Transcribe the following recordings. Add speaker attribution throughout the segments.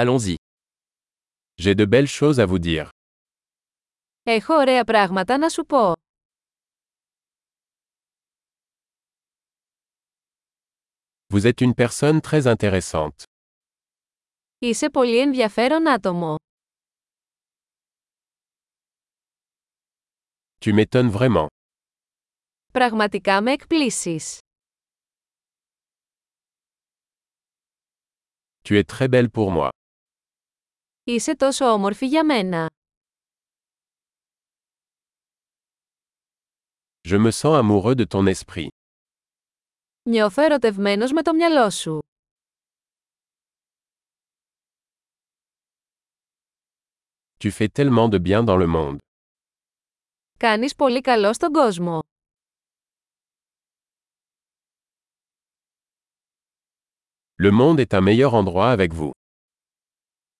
Speaker 1: Allons-y. J'ai de belles choses à vous dire.
Speaker 2: Έχω ωραία πράγματα να σου πω.
Speaker 1: Vous êtes une personne très intéressante.
Speaker 2: Είσαι πολύ ενδιαφέρον άτομο.
Speaker 1: Tu m'étonnes vraiment.
Speaker 2: Πραγματικά με εκπλήσεις.
Speaker 1: Tu es très belle pour moi.
Speaker 2: Είσαι τόσο όμορφη για μένα.
Speaker 1: Je me sens amoureux de ton esprit.
Speaker 2: Νιώθω ερωτευμένος με το μυαλό σου.
Speaker 1: Tu fais tellement de bien dans le monde.
Speaker 2: Κάνεις πολύ καλό στον κόσμο.
Speaker 1: Le monde est un meilleur endroit avec vous.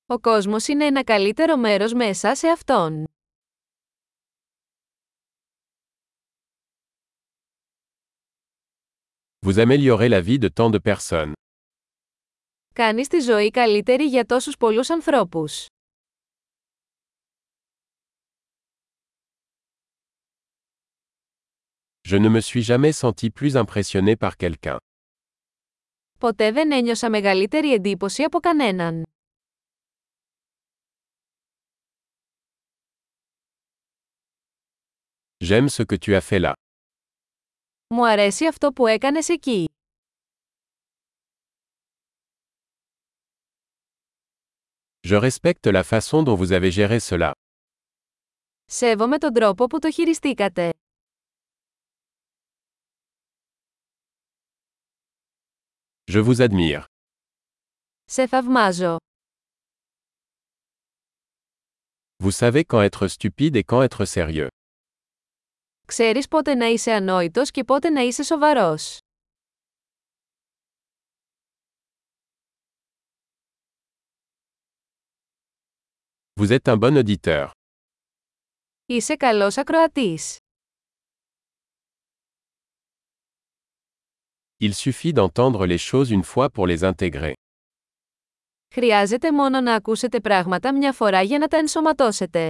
Speaker 2: Ο κόσμος είναι ένα καλύτερο μέρος με εσά σε αυτόν.
Speaker 1: Vous améliorez la vie de tant de personnes.
Speaker 2: Κάνεις τη ζωή καλύτερη για τόσους πολλούς ανθρώπους.
Speaker 1: Je ne me suis jamais senti plus impressionné par quelqu'un.
Speaker 2: Ποτέ δεν ένιωσα μεγαλύτερη εντύπωση από κανέναν.
Speaker 1: J'aime ce que tu as fait là.
Speaker 2: Μου αρέσει αυτό που έκανες εκεί.
Speaker 1: Je respecte la façon dont vous avez géré cela.
Speaker 2: Σέβομαι τον τρόπο που το χειριστήκατε.
Speaker 1: Je vous admire.
Speaker 2: Σε θαυμάζω.
Speaker 1: Vous savez quand être stupide et quand être sérieux.
Speaker 2: Ξέρεις πότε να είσαι ανόητος και πότε να είσαι σοβαρός.
Speaker 1: Vous êtes un bon auditeur.
Speaker 2: Είσαι καλός ακροατής.
Speaker 1: Il suffit d'entendre les choses une fois pour les intégrer.
Speaker 2: Χρειάζεται μόνο να ακούσετε πράγματα μια φορά για να τα ενσωματώσετε.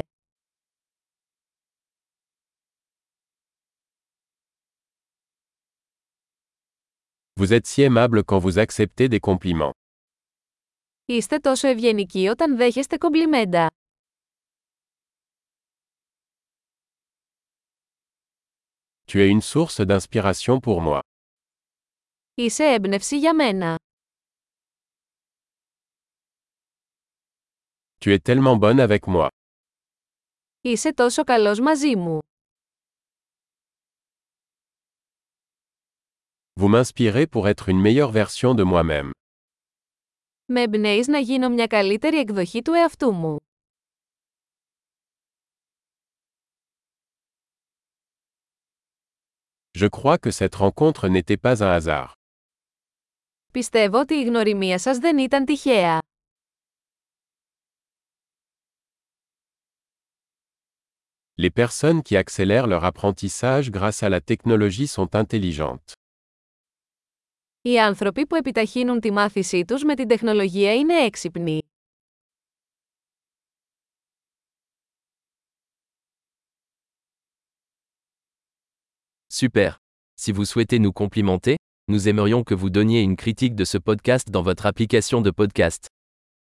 Speaker 1: Vous êtes si aimable quand vous acceptez des compliments.
Speaker 2: Είστε τόσο ευγενικοί όταν δέχεστε κομπλιμέντα.
Speaker 1: Tu es une source d'inspiration pour moi.
Speaker 2: Είσαι έμπνευση για μένα.
Speaker 1: Tu es tellement bonne avec moi.
Speaker 2: Είσαι τόσο καλός μαζί μου.
Speaker 1: Vous m'inspirez pour être une meilleure version de moi-même.
Speaker 2: Με εμπνέεις να γίνω μια καλύτερη εκδοχή του εαυτού μου.
Speaker 1: Je crois que cette rencontre n'était pas un hasard.
Speaker 2: Πιστεύω ότι η γνωριμία σας δεν ήταν τυχαία.
Speaker 1: Les personnes qui accélèrent leur apprentissage grâce à la technologie sont intelligentes.
Speaker 2: Οι άνθρωποι που επιταχύνουν τη μάθησή τους με την τεχνολογία είναι έξυπνοι.
Speaker 3: Super. Si vous souhaitez nous complimenter, nous aimerions que vous donniez une critique de ce podcast dans votre application de podcast.